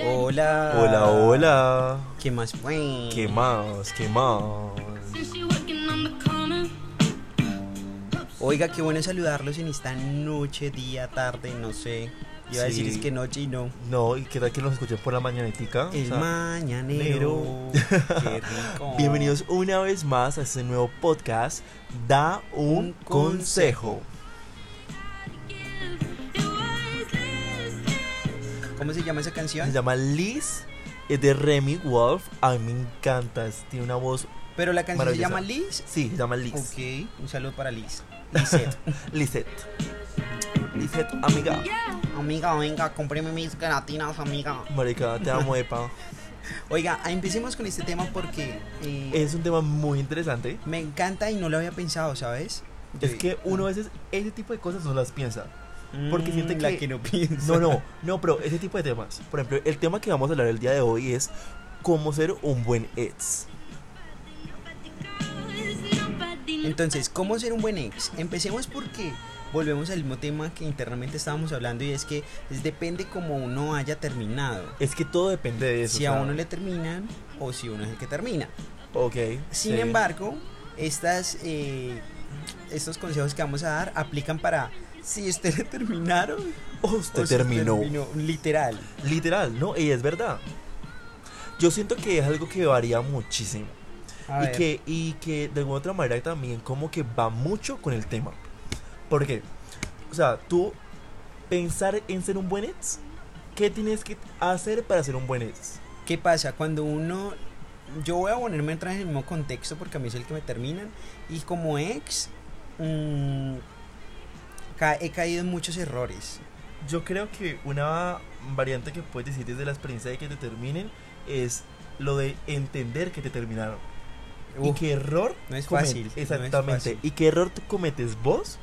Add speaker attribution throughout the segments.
Speaker 1: Oh. Hola.
Speaker 2: Hola, hola.
Speaker 1: ¿Qué más? pues?
Speaker 2: ¿Qué más? ¿Qué más?
Speaker 1: Oiga, qué bueno saludarlos en esta noche, día, tarde, no sé. Yo iba a decir
Speaker 2: Sí.
Speaker 1: es que noche y no.
Speaker 2: No, ¿y qué tal que nos escuchen por la mañanetica? O
Speaker 1: El
Speaker 2: sea,
Speaker 1: mañanero.
Speaker 2: Nero.
Speaker 1: qué rico.
Speaker 2: Bienvenidos una vez más a este nuevo podcast Da un,
Speaker 1: Un
Speaker 2: consejo.
Speaker 1: ¿Cómo se llama esa
Speaker 2: Se
Speaker 1: canción?
Speaker 2: llama Liz, es de Remy Wolf. A mí me encanta, es- tiene una voz...
Speaker 1: Pero la canción se
Speaker 2: Maravillosa.
Speaker 1: llama Liz.
Speaker 2: Sí, se llama Liz.
Speaker 1: Ok, un saludo para Liz. Lizette.
Speaker 2: Lizette. Lizette, amiga.
Speaker 1: amiga, venga, cómpreme mis gratinas, amiga.
Speaker 2: Marica, te amo, Epa.
Speaker 1: Oiga, empecemos con este tema porque eh,
Speaker 2: Es un tema muy interesante.
Speaker 1: me encanta y no lo había pensado, ¿sabes?
Speaker 2: Es
Speaker 1: Yo-
Speaker 2: que uno a veces ese tipo de cosas no las piensa. porque
Speaker 1: Mm,
Speaker 2: siente
Speaker 1: la
Speaker 2: que-
Speaker 1: que no piensa.
Speaker 2: No, no, no, pero ese tipo de temas. Por ejemplo, el tema que vamos a hablar el día de hoy es cómo ser un buen ex.
Speaker 1: Entonces, ¿cómo ser un buen ex? Empecemos porque volvemos al mismo tema que internamente estábamos hablando y es que es- depende como uno haya terminado.
Speaker 2: Es que todo depende de eso.
Speaker 1: Si
Speaker 2: o
Speaker 1: a
Speaker 2: sea,
Speaker 1: uno le terminan o si uno es el que termina.
Speaker 2: Ok.
Speaker 1: Sin
Speaker 2: sí.
Speaker 1: embargo, estas, eh, estos consejos que vamos a dar aplican para si usted le terminaron
Speaker 2: Oh,
Speaker 1: o
Speaker 2: usted
Speaker 1: si usted
Speaker 2: terminó.
Speaker 1: Literal.
Speaker 2: Literal, ¿no? Y es verdad. Yo siento que es algo que varía muchísimo.
Speaker 1: A
Speaker 2: Y
Speaker 1: ver,
Speaker 2: que, y que de alguna otra manera también como que va mucho con el tema. Porque, o sea, tú pensar en ser un buen ex, ¿qué tienes que hacer para ser un buen ex?
Speaker 1: ¿Qué pasa cuando uno... Yo voy a ponerme otra vez en el mismo contexto porque a mí es el que me terminan. Y como ex, mm, ca- he caído en muchos errores.
Speaker 2: Yo creo que una variante que puedes decir desde la experiencia de que te terminen es lo de entender que te terminaron. y
Speaker 1: Uf,
Speaker 2: qué error
Speaker 1: no es
Speaker 2: comet-
Speaker 1: fácil, no es
Speaker 2: Exactamente.
Speaker 1: fácil.
Speaker 2: Y qué error tú cometes vos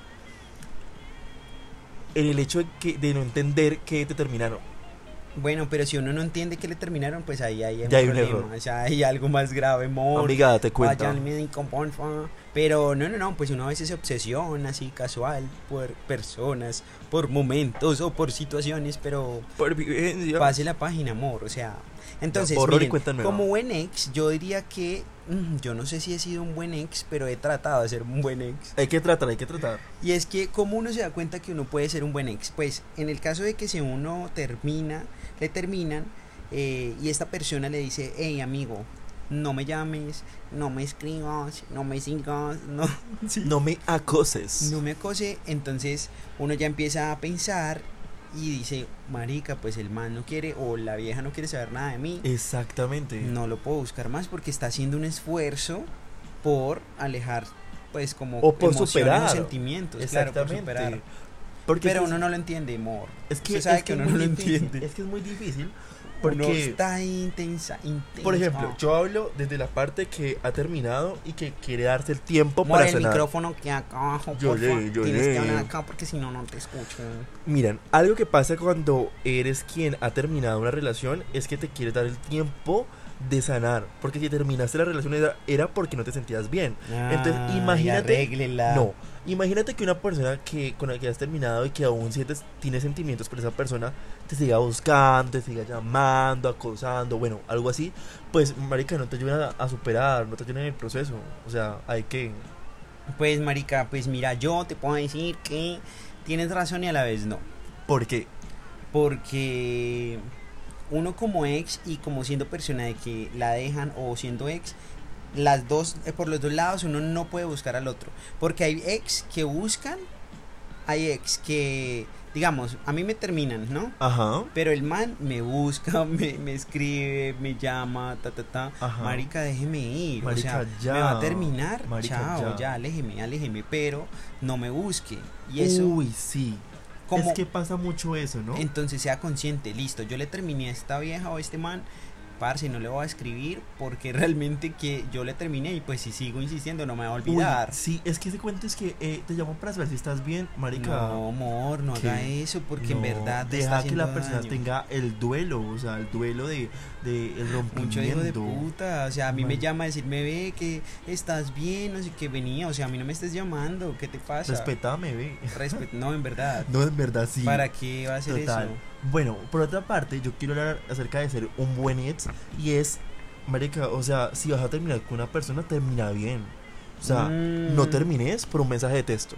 Speaker 2: en el hecho de, que, de no entender que te terminaron.
Speaker 1: Bueno, pero si uno no entiende que le terminaron, pues ahí, ahí
Speaker 2: Ya hay un error.
Speaker 1: O sea, hay algo más grave, amor.
Speaker 2: Amiga, date cuenta.
Speaker 1: Vaya al médico, porfa. Pero no, no, no, pues uno a veces se obsesiona así casual por personas, por momentos o por situaciones, pero
Speaker 2: Por vivencia.
Speaker 1: pase la página, amor. O sea, entonces,
Speaker 2: borrón y
Speaker 1: miren,
Speaker 2: cuenta nueva.
Speaker 1: como buen ex, yo diría que mm, yo no sé si he sido un buen ex, pero he tratado de ser un buen ex.
Speaker 2: Hay que tratar, hay que tratar.
Speaker 1: Y es que, como uno se da cuenta que uno puede ser un buen ex? Pues en el caso de que si uno termina, le terminan eh, y esta persona le dice, hey amigo. No me llames, no me escribas, no me sigas, no,
Speaker 2: No me acoses.
Speaker 1: no me acose, entonces uno ya empieza a pensar y dice, marica, pues el man no quiere o la vieja no quiere saber nada de mí,
Speaker 2: Exactamente.
Speaker 1: no lo puedo buscar más porque está haciendo un esfuerzo por alejar, pues como
Speaker 2: O por
Speaker 1: emociones
Speaker 2: superar.
Speaker 1: sentimientos,
Speaker 2: Exactamente.
Speaker 1: claro, por superar.
Speaker 2: Porque
Speaker 1: Pero
Speaker 2: es,
Speaker 1: uno no lo entiende, amor.
Speaker 2: es que,
Speaker 1: usted sabe
Speaker 2: es
Speaker 1: que
Speaker 2: es
Speaker 1: uno no
Speaker 2: muy
Speaker 1: lo
Speaker 2: difícil,
Speaker 1: entiende.
Speaker 2: Es que es muy difícil.
Speaker 1: Uno
Speaker 2: Porque
Speaker 1: está intensa, intensa.
Speaker 2: Por ejemplo, yo hablo desde la parte que ha terminado y que quiere darse el tiempo
Speaker 1: Mueve
Speaker 2: para
Speaker 1: el
Speaker 2: cenar.
Speaker 1: micrófono que acá abajo,
Speaker 2: Yo
Speaker 1: por favor.
Speaker 2: leí, yo
Speaker 1: Tienes
Speaker 2: leí.
Speaker 1: que hablar acá porque si no, no te escucho.
Speaker 2: Miren, algo que pasa cuando eres quien ha terminado una relación es que te quieres dar el tiempo de sanar. Porque si terminaste la relación era, era porque no te sentías bien. Entonces,
Speaker 1: Ay,
Speaker 2: imagínate-
Speaker 1: arréglala.
Speaker 2: No, imagínate que una persona que con la que has terminado y que aún sientes, tienes sentimientos por esa persona, te siga buscando, te siga llamando, acosando, bueno, algo así, pues marica, no te ayudan a, a superar, no te ayudan en el proceso. O sea, hay que...
Speaker 1: Pues, marica, pues mira, yo te puedo decir que tienes razón y a la vez no.
Speaker 2: ¿Por qué?
Speaker 1: Porque uno como ex y como siendo persona de que la dejan o siendo ex, las dos, eh, por los dos lados uno no puede buscar al otro. Porque hay ex que buscan, hay ex que, digamos, a mí me terminan, ¿no?
Speaker 2: Ajá.
Speaker 1: Pero el man me busca, me, me escribe, me llama, ta, ta, ta.
Speaker 2: Ajá.
Speaker 1: Marica, déjeme ir.
Speaker 2: Marica,
Speaker 1: o sea,
Speaker 2: ya.
Speaker 1: me va a terminar.
Speaker 2: Marica,
Speaker 1: Chao, ya.
Speaker 2: ya.
Speaker 1: aléjeme, aléjeme. Pero no me busque. Y eso,
Speaker 2: Uy, sí.
Speaker 1: como.
Speaker 2: Es que pasa mucho eso, ¿no?
Speaker 1: Entonces sea consciente, listo, yo le terminé a esta vieja o a este man, parce, no le voy a escribir porque realmente que yo le terminé y pues si sigo insistiendo no me va a olvidar.
Speaker 2: Uy, sí, es que ese cuento es que eh, te llaman para saber si estás bien, marica.
Speaker 1: No, amor, no
Speaker 2: que
Speaker 1: haga eso porque en
Speaker 2: No,
Speaker 1: verdad te está
Speaker 2: deja que la
Speaker 1: haciendo
Speaker 2: persona
Speaker 1: daño.
Speaker 2: tenga el duelo, o sea, el duelo de, de el
Speaker 1: Mucho hijo de
Speaker 2: rompimiento.
Speaker 1: puta, o sea, a mí me
Speaker 2: Marica.
Speaker 1: llama a decirme, ve, que estás bien, no sé qué, venía, o sea, a mí no me estés llamando, ¿qué te pasa?
Speaker 2: Respetame, ve.
Speaker 1: Respeto, no, en verdad,
Speaker 2: No, en verdad sí.
Speaker 1: ¿para qué va a ser
Speaker 2: Total.
Speaker 1: eso?
Speaker 2: Bueno, por otra parte, yo quiero hablar acerca de ser un buen ex y es, marica, o sea, si vas a terminar con una persona, termina bien. O sea,
Speaker 1: Mm.
Speaker 2: no termines por un mensaje de texto.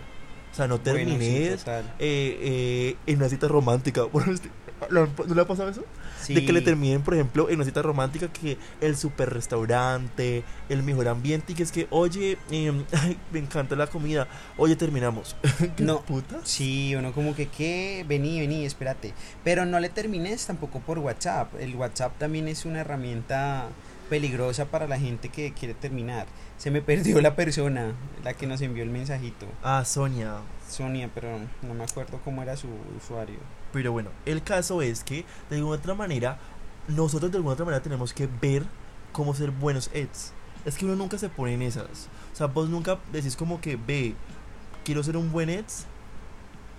Speaker 2: O sea, no
Speaker 1: Bueno, sí,
Speaker 2: termines
Speaker 1: total.
Speaker 2: eh, eh, en una cita romántica. Por este- ¿No le ha pasado eso? De que le
Speaker 1: Sí.
Speaker 2: terminen, por ejemplo, en una cita romántica que el super restaurante, el mejor ambiente, y que es que, oye, em, ay, me encanta la comida, oye, terminamos. ¿Qué
Speaker 1: No.
Speaker 2: puta?
Speaker 1: Sí, uno como que, ¿qué? Vení, vení, espérate. Pero no le termines tampoco por WhatsApp. El WhatsApp también es una herramienta peligrosa para la gente que quiere terminar. Se me perdió la persona, la que nos envió el mensajito.
Speaker 2: Ah, Sonia.
Speaker 1: Sonia, pero no me acuerdo cómo era su usuario.
Speaker 2: Pero bueno, el caso es que, de alguna otra manera, nosotros de alguna otra manera tenemos que ver cómo ser buenos eds. Es que uno nunca se pone en esas. O sea, vos nunca decís como que, ve, quiero ser un buen eds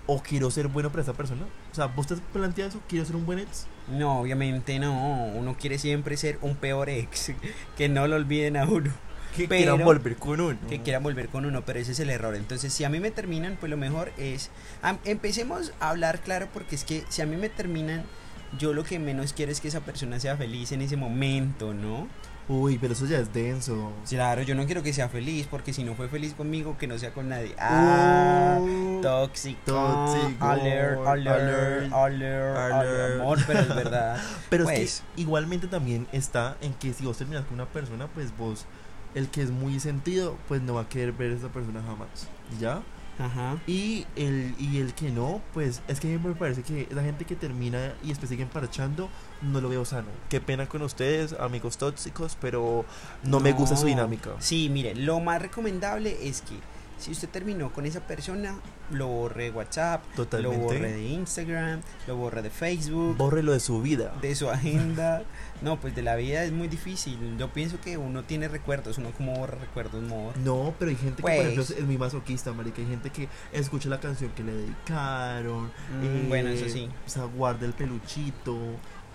Speaker 2: o quiero ser bueno para esta persona. O sea, vos te planteas eso, quiero ser un buen eds.
Speaker 1: No, obviamente no. Uno quiere siempre ser un peor ex. Que no lo olviden a uno.
Speaker 2: Que
Speaker 1: Pero-
Speaker 2: quieran volver con uno.
Speaker 1: que quieran volver con uno, pero ese es el error. Entonces, si a mí me terminan, pues lo mejor es... am- empecemos a hablar claro, porque es que si a mí me terminan, yo lo que menos quiero es que esa persona sea feliz en ese momento, ¿no?
Speaker 2: Uy, pero eso ya es denso.
Speaker 1: Claro, yo no quiero que sea feliz, porque si no fue feliz conmigo, que no sea con nadie. Ah,
Speaker 2: Uh,
Speaker 1: tóxico.
Speaker 2: tóxico,
Speaker 1: Alert, alert,
Speaker 2: alert,
Speaker 1: alert, alert.
Speaker 2: alert.
Speaker 1: Amor, pero es verdad.
Speaker 2: pero
Speaker 1: pues.
Speaker 2: es que igualmente también está en que si vos terminas con una persona, pues vos, el que es muy sentido, pues no va a querer ver a esa persona jamás. ¿Ya?
Speaker 1: Ajá.
Speaker 2: Y el, y el que no, pues es que a mí me parece que la gente que termina y después siguen parchando, no lo veo sano. Qué pena con ustedes, amigos tóxicos, pero no, me gusta su
Speaker 1: No.
Speaker 2: dinámica.
Speaker 1: Ah. Sí, mire, lo más recomendable es que si usted terminó con esa persona, lo borre de WhatsApp, lo borre
Speaker 2: Totalmente.
Speaker 1: de Instagram, lo borre de Facebook,
Speaker 2: Bórrelo de su vida.
Speaker 1: de su agenda. No, pues de la vida es muy difícil. Yo pienso que uno tiene recuerdos, uno como borra recuerdos, no.
Speaker 2: No, pero hay gente que,
Speaker 1: Pues.
Speaker 2: por ejemplo, es- es muy masoquista, marica. Hay gente que escucha la canción que le dedicaron.
Speaker 1: Mm,
Speaker 2: eh,
Speaker 1: bueno, eso sí.
Speaker 2: O sea, guarda el peluchito.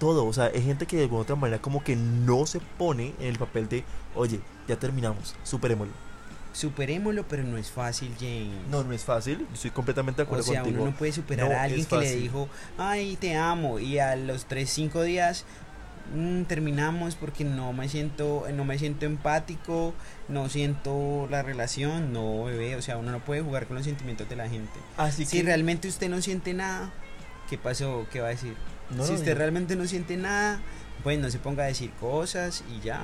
Speaker 2: Todo. O sea, hay gente que de alguna otra manera como que no se pone en el papel de, oye, ya terminamos, superémoslo.
Speaker 1: Superémoslo, pero no es fácil, James.
Speaker 2: No, no es fácil. Estoy completamente de
Speaker 1: O
Speaker 2: acuerdo
Speaker 1: sea,
Speaker 2: contigo.
Speaker 1: uno no puede superar
Speaker 2: No,
Speaker 1: a alguien
Speaker 2: es
Speaker 1: que le
Speaker 2: fácil.
Speaker 1: dijo, ay, te amo, y a los 3, 5 días "Mm, terminamos porque no me siento, no me siento empático, no siento la relación, no, bebé, o sea, uno no puede jugar con los sentimientos de la gente.
Speaker 2: Así
Speaker 1: Si
Speaker 2: que
Speaker 1: realmente usted no siente nada, ¿qué pasó? ¿Qué va a decir?
Speaker 2: no,
Speaker 1: si
Speaker 2: no,
Speaker 1: usted
Speaker 2: no.
Speaker 1: realmente no siente nada, pues no se ponga a decir cosas y ya.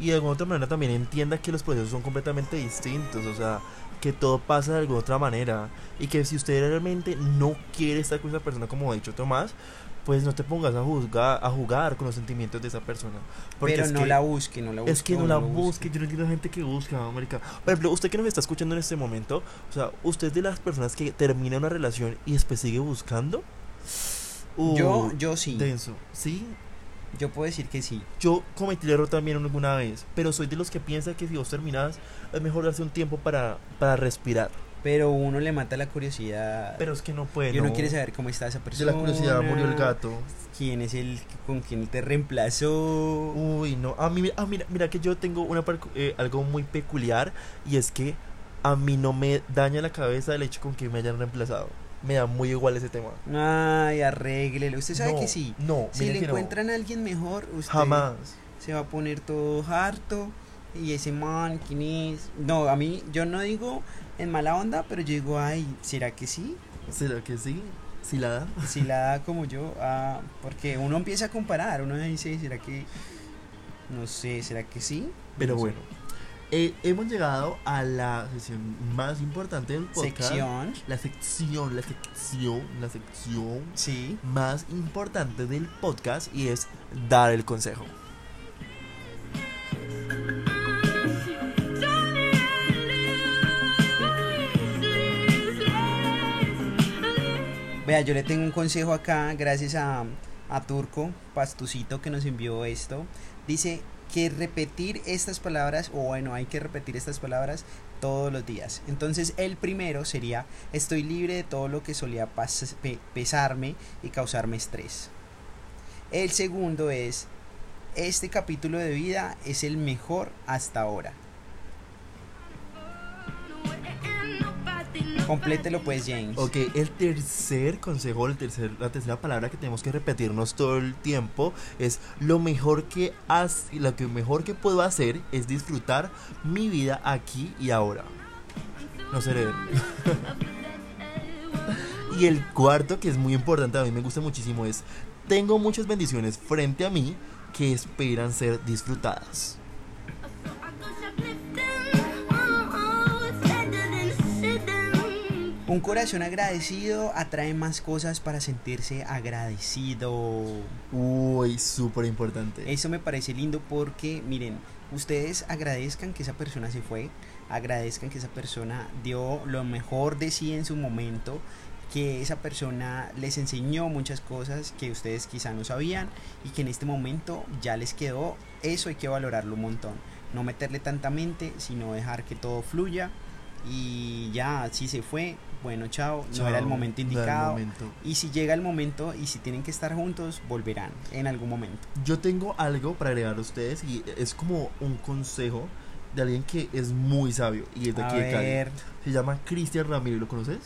Speaker 2: Y de alguna otra manera también entienda que los procesos son completamente distintos, o sea, que todo pasa de alguna otra manera. Y que si usted realmente no quiere estar con esa persona, como ha dicho Tomás, pues no te pongas a juzgar, a jugar con los sentimientos de esa persona. Porque
Speaker 1: Pero
Speaker 2: es
Speaker 1: no
Speaker 2: que,
Speaker 1: la busque, no la busque.
Speaker 2: Es que no
Speaker 1: o
Speaker 2: la
Speaker 1: lo
Speaker 2: busque, yo no entiendo a la gente que busca, América. Por ejemplo, usted que nos está escuchando en este momento, o sea, usted es de las personas que termina una relación y después sigue buscando. Uh,
Speaker 1: Yo, yo sí,
Speaker 2: Denso, ¿sí?
Speaker 1: yo puedo decir que sí.
Speaker 2: Yo cometí el error también alguna vez, pero soy de los que piensa que si vos terminás, es mejor darse un tiempo para, para respirar.
Speaker 1: Pero uno le mata la curiosidad.
Speaker 2: Pero es que no puede.
Speaker 1: y uno
Speaker 2: no.
Speaker 1: quiere saber cómo está esa
Speaker 2: De
Speaker 1: persona.
Speaker 2: la curiosidad murió el gato.
Speaker 1: ¿Quién es el con quién te reemplazó?
Speaker 2: Uy, no. A mí, ah, mira, mira que yo tengo una par- eh, algo muy peculiar y es que a mí no me daña la cabeza el hecho con que me hayan reemplazado. Me da muy igual ese tema.
Speaker 1: Ay, arréglelo. Usted sabe
Speaker 2: No,
Speaker 1: que sí.
Speaker 2: No,
Speaker 1: Si
Speaker 2: mira
Speaker 1: le
Speaker 2: que no.
Speaker 1: encuentran a alguien mejor, usted
Speaker 2: Jamás.
Speaker 1: se va a poner todo harto. Y ese man, ¿quién es? No, a mí, yo no digo en mala onda, pero yo digo, ay, ¿será que sí?
Speaker 2: ¿Será que sí? ¿Sí la da?
Speaker 1: Si la da como yo, ah, porque uno empieza a comparar, uno dice, ¿será que.? No sé, ¿será que sí?
Speaker 2: Pero
Speaker 1: No sé.
Speaker 2: bueno. Eh, hemos llegado a la sesión más importante del podcast.
Speaker 1: Sección.
Speaker 2: la sección, la sección, la sección
Speaker 1: Sí.
Speaker 2: más importante del podcast y es dar el consejo.
Speaker 1: Vea, yo le tengo un consejo acá, gracias a, a Turco Pastucito que nos envió esto. Dice que repetir estas palabras, o bueno, hay que repetir estas palabras todos los días. Entonces el primero sería, estoy libre de todo lo que solía pas- pe- pesarme y causarme estrés. El segundo es, este capítulo de vida es el mejor hasta ahora. Complételo pues James.
Speaker 2: Ok, el tercer consejo, el tercer, la tercera palabra que tenemos que repetirnos todo el tiempo es lo mejor que has, lo que mejor que puedo hacer es disfrutar mi vida aquí y ahora. No seré. y el cuarto que es muy importante, a mí me gusta muchísimo es tengo muchas bendiciones frente a mí que esperan ser disfrutadas.
Speaker 1: Un corazón agradecido atrae más cosas para sentirse agradecido.
Speaker 2: Uy, súper importante.
Speaker 1: Eso me parece lindo porque, miren, ustedes agradezcan que esa persona se fue, agradezcan que esa persona dio lo mejor de sí en su momento, que esa persona les enseñó muchas cosas que ustedes quizá no sabían y que en este momento ya les quedó. Eso hay que valorarlo un montón. No meterle tanta mente, sino dejar que todo fluya. Y ya, si se fue, bueno, chao, no era el
Speaker 2: Chao,
Speaker 1: momento
Speaker 2: no era el
Speaker 1: indicado.
Speaker 2: momento.
Speaker 1: Y si llega el momento y si tienen que estar juntos, volverán en algún momento.
Speaker 2: Yo tengo algo para agregar a ustedes y es como un consejo de alguien que es muy sabio y es de
Speaker 1: A
Speaker 2: aquí de Cali.
Speaker 1: ver,
Speaker 2: Se llama Cristian Ramírez, ¿lo conoces?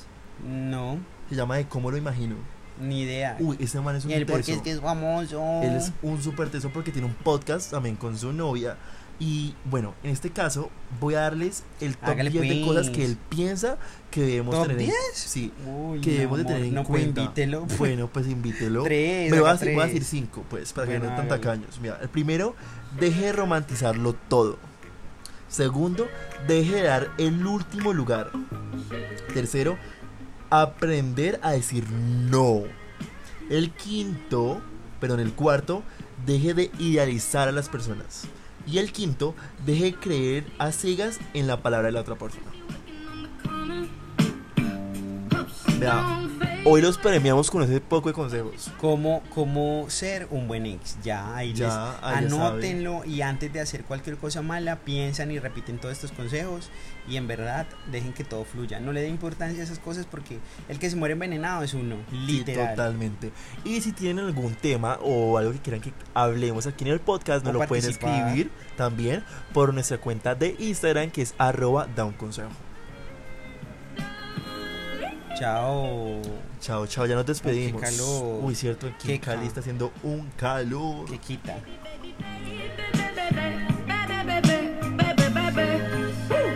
Speaker 1: no,
Speaker 2: Se llama de cómo lo imagino.
Speaker 1: ni idea.
Speaker 2: Uy, este man es un
Speaker 1: y él porque
Speaker 2: teso.
Speaker 1: es que es famoso.
Speaker 2: Él es un súper teso porque tiene un podcast también con su novia. Y bueno, en este caso voy a darles el top
Speaker 1: Hágale
Speaker 2: 10 de
Speaker 1: pues.
Speaker 2: cosas que él piensa que debemos
Speaker 1: ¿Top
Speaker 2: tener. en-
Speaker 1: 10?
Speaker 2: Sí.
Speaker 1: Uy,
Speaker 2: Que
Speaker 1: mi
Speaker 2: debemos de
Speaker 1: amor,
Speaker 2: tener en
Speaker 1: no, pues,
Speaker 2: cuenta.
Speaker 1: invítelo.
Speaker 2: Bueno, pues invítelo.
Speaker 1: Tres,
Speaker 2: Me voy a,
Speaker 1: haga
Speaker 2: decir, voy a
Speaker 1: tres.
Speaker 2: decir cinco, pues, para que
Speaker 1: Bueno,
Speaker 2: no sean tan
Speaker 1: hágale.
Speaker 2: tacaños. Mira, el primero, deje de romantizarlo todo. Segundo, deje de dar el último lugar. Tercero, aprender a decir no. El quinto, perdón, el cuarto, deje de idealizar a las personas. Y el quinto, deje de creer a ciegas en la palabra de la otra persona. Vea, hoy los premiamos con ese poco de consejos.
Speaker 1: ¿Cómo, cómo ser un buen ex. Ya, ahí
Speaker 2: Ya,
Speaker 1: les-
Speaker 2: ahí ya saben.
Speaker 1: anótenlo y antes de hacer cualquier cosa mala, piensan y repiten todos estos consejos y en verdad dejen que todo fluya. No le den importancia a esas cosas porque el que se muere envenenado es uno,
Speaker 2: Sí,
Speaker 1: literal.
Speaker 2: totalmente. Y si tienen algún tema o algo que quieran que hablemos aquí en el podcast,
Speaker 1: O
Speaker 2: nos lo pueden
Speaker 1: participar.
Speaker 2: escribir también por nuestra cuenta de Instagram que es arroba da un consejo.
Speaker 1: Chao.
Speaker 2: Chao, chao, ya nos despedimos.
Speaker 1: calor.
Speaker 2: Uy, cierto, aquí
Speaker 1: Qué
Speaker 2: en Cali
Speaker 1: ca-
Speaker 2: está haciendo un calor.
Speaker 1: Que quita.